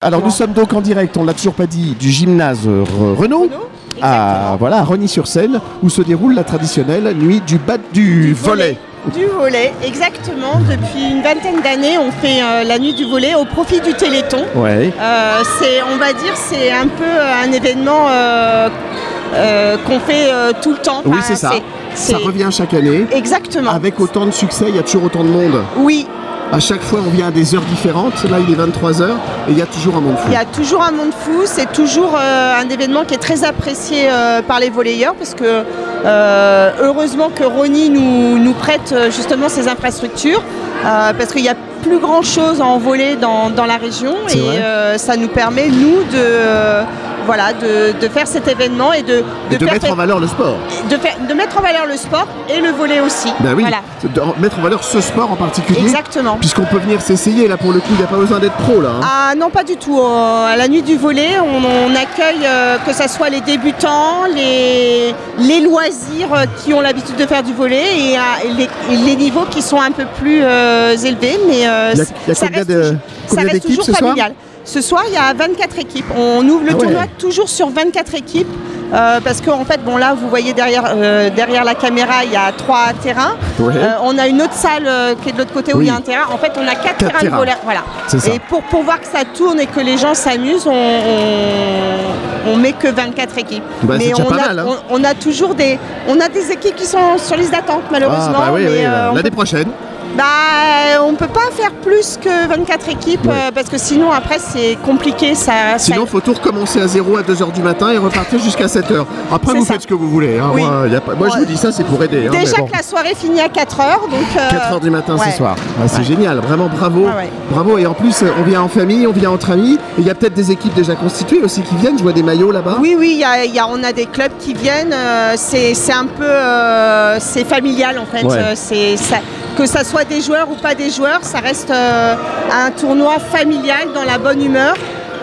Alors nous sommes donc en direct, on l'a toujours pas dit, du gymnase euh, Re- Renault. À, voilà, à Rogny-sur-Seine, où se déroule la traditionnelle nuit du, bat, du, volet. Du volet, exactement. Depuis une vingtaine d'années, on fait euh, la nuit du volet au profit du Téléthon. Ouais. Euh, c'est, on va dire, c'est un peu euh, un événement euh, euh, qu'on fait euh, tout le temps. Oui, Enfin, c'est ça. c'est- Ça revient chaque année. Exactement. Avec autant de succès, il y a toujours autant de monde. Oui, À chaque fois, on vient à des heures différentes. Là, il est 23h et il y a toujours un monde fou. il y a toujours un monde fou. C'est toujours euh, un événement qui est très apprécié euh, par les volleyeurs parce que euh, heureusement que Ronnie nous, nous prête euh, justement ces infrastructures euh, parce qu'il n'y a plus grand chose à en voler dans, dans la région C'est et vrai. euh, ça nous permet nous de euh, voilà de, de faire cet événement et de Et de faire- mettre en valeur le sport. de, faire- de mettre en valeur le sport et le volet aussi. Ben oui, Mhm. Voilà, de mettre en valeur ce sport en particulier. exactement. Puisqu'on peut venir s'essayer, là pour le coup, il n'y a pas besoin d'être pro là. hein. Ah non, pas du tout. Euh, à la nuit du volet, on, on accueille euh, que ce soit les débutants, les, les loisirs euh, qui ont l'habitude de faire du volet et, euh, et les, et les niveaux qui sont un peu plus euh, élevés. Mais euh, Il y a, il y a ça combien reste de- toujours- ça combien reste d'équipes toujours ce soir familial. Ce soir, il y a 24 équipes. On ouvre le Ah ouais. tournoi toujours sur 24 équipes. euh, parce qu'en fait, bon là, vous voyez derrière, euh, derrière la caméra, il y a trois terrains. Ouais. Euh, on a une autre salle euh, qui est de l'autre côté où Oui. il y a un terrain. En fait, on a quatre, Quatre terrains, terrains. de volets. Voilà. C'est ça. Et pour, pour voir que ça tourne et que les gens s'amusent, on, on, on met que 24 équipes. Bah, c'est déjà on, pas a, mal, hein. on, on a toujours des, on a des équipes qui sont sur liste d'attente malheureusement. Ah, bah oui, mais, oui, euh, on l'année peut- prochaine. bah, on peut pas faire plus que 24 équipes Ouais. euh, parce que sinon après c'est compliqué. Ça, ça- Sinon, faut tout recommencer à zéro à 2h du matin et repartir jusqu'à 7h. Après, C'est vous ça. faites ce que vous voulez. hein. Oui. Moi, il y a pas- moi, je Ouais. vous dis ça, c'est pour aider. hein, déjà mais bon. que la soirée finit à 4 heures, donc. euh, 4h du matin ouais. ce soir. Ah, c'est génial, vraiment bravo. Ah ouais. Bravo. Et en plus, euh, on vient en famille, on vient entre amis. Et il y a peut-être des équipes déjà constituées aussi qui viennent. Je vois des maillots là-bas. Oui, oui, il y a- il y a- on a des clubs qui viennent. euh, c'est c'est un peu, euh, c'est familial en fait. Ouais. euh, c'est ça- que ça soit des joueurs ou pas des joueurs, ça reste euh, un tournoi familial dans la bonne humeur.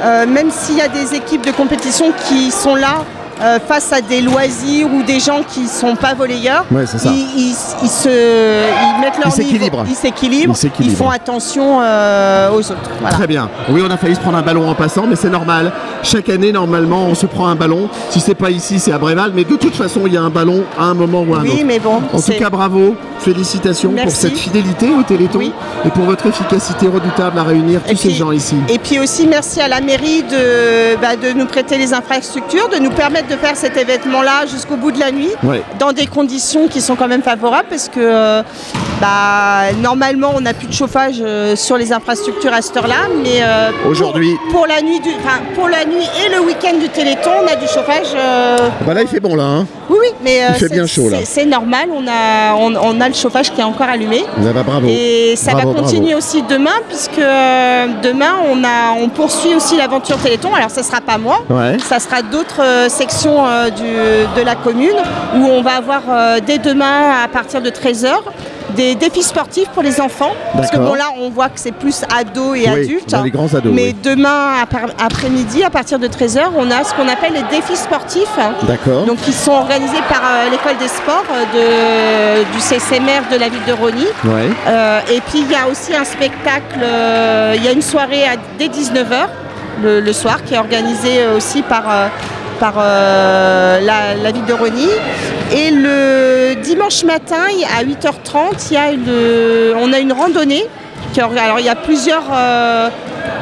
euh, même s'il y a des équipes de compétition qui sont là euh, face à des loisirs ou des gens qui sont pas volleyeurs, Ouais, c'est ça. Ils, ils- ils se, ils mettent leur Ils niveau- s'équilibrent. ils s'équilibrent, Ils s'équilibrent. ils font attention euh, aux autres. Voilà. Très bien. Oui, on a failli se prendre un ballon en passant, mais c'est normal. Chaque année, normalement, on se prend un ballon. Si c'est pas ici, c'est à Bréval. Mais de toute façon, il y a un ballon à un moment ou à un Oui, autre. mais bon, En tout c'est- cas, bravo, félicitations pour Merci. cette fidélité au Téléthon Oui. et pour votre efficacité redoutable à réunir tous Et ces puis- gens ici. Et puis aussi merci à la mairie de, bah, de nous prêter les infrastructures, de nous permettre de faire cet événement-là jusqu'au bout de la nuit, Ouais. dans des conditions qui sont quand même favorables, parce que euh, bah, normalement on n'a plus de chauffage euh, sur les infrastructures à cette heure-là, mais euh, pour- Aujourd'hui. pour, la nuit du, enfin, pour la nuit et le week-end du Téléthon, on a du chauffage. euh, Bah là, il fait bon là. Hein. oui, oui, mais euh, Il fait c'est- bien chaud, là. c'est- c'est normal, on a, on, on a le chauffage qui est encore allumé. Ah bah, bravo. Et ça Bravo, va continuer aussi demain, puisque euh, demain, on, a, on poursuit aussi l'aventure Téléthon. Alors, ça ne sera pas moi, Ouais. ça sera d'autres euh, sections euh, du- de la commune, où on va avoir euh, dès demain, à partir de 13h, des défis sportifs pour les enfants. Parce que D'accord. bon, là, on voit que c'est plus ados et Oui, adultes. dans les grands ados, mais oui. demain, à par- après-midi, à partir de 13h, on a ce qu'on appelle les défis sportifs. D'accord. Donc ils sont organisés par euh, l'école des sports euh, de- du CCMR de la ville de Rony. Ouais. Euh, et puis il y a aussi un spectacle, euh, il y a une soirée à- dès 19h le, le soir qui est organisée euh, aussi par, euh, par euh, la, la ville de Rony. Et le dimanche matin il- à 8h30, il y a une- on a une randonnée. qui est orga- alors il y a plusieurs euh,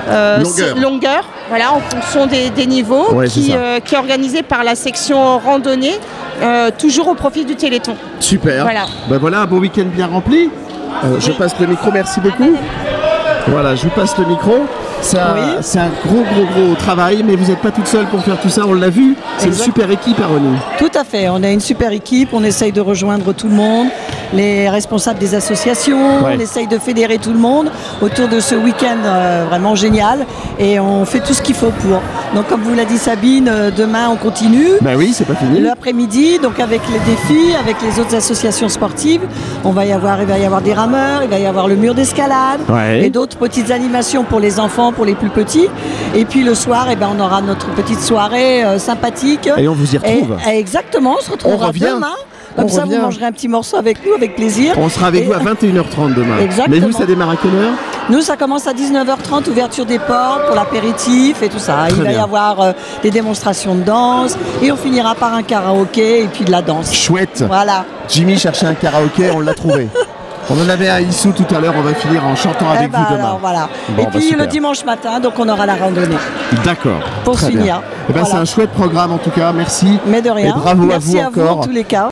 euh, Longueurs. si- longueurs, voilà, en fonction des, des niveaux, Ouais, c'est qui, ça. euh, qui est organisée par la section randonnée, euh, toujours au profit du Téléthon. Super. Voilà. Ben voilà, un beau week-end bien rempli. Euh, Je passe le micro, merci beaucoup. Voilà, je vous passe le micro. Ça- Oui. C'est un gros, gros, gros travail, mais vous n'êtes pas toute seule pour faire tout ça, on l'a vu. C'est une Exact. super équipe, Aroni. Tout à fait, on a une super équipe, on essaye de rejoindre tout le monde, les responsables des associations, Ouais. on essaye de fédérer tout le monde autour de ce week-end euh, vraiment génial et on fait tout ce qu'il faut pour. Donc comme vous l'a dit Sabine, euh, demain on continue. Ben oui, c'est pas fini. L'après-midi, donc avec les défis, avec les autres associations sportives, on va y avoir, il va y avoir des rameurs, il va y avoir le mur d'escalade Ouais. et d'autres petites animations pour les enfants, pour les plus petits. Et puis le soir, eh ben, on aura notre petite soirée euh, sympathique. Et on vous y retrouve. Et- et eh, exactement, on se retrouvera revient. demain Comme On ça, revient. vous mangerez un petit morceau avec nous, avec plaisir. On sera avec Et- vous à 21h30 demain. Exactement. Mais vous, ça démarre à quelle heure Nous, ça commence à 19h30, ouverture des portes pour l'apéritif et tout ça. Il Très va y bien. avoir euh, des démonstrations de danse et on finira par un karaoké et puis de la danse. Chouette. Voilà. Jimmy cherchait un karaoké, on l'a trouvé. On en avait un Issou tout à l'heure, on va finir en chantant Eh avec ben, vous demain. alors, voilà. Bon, et bah, puis super. le dimanche matin, donc on aura la randonnée. D'accord. Pour Très finir. bien. Eh ben, Voilà. C'est un chouette programme en tout cas, merci. Mais de rien. Et bravo à Merci vous à vous encore. en tous les cas.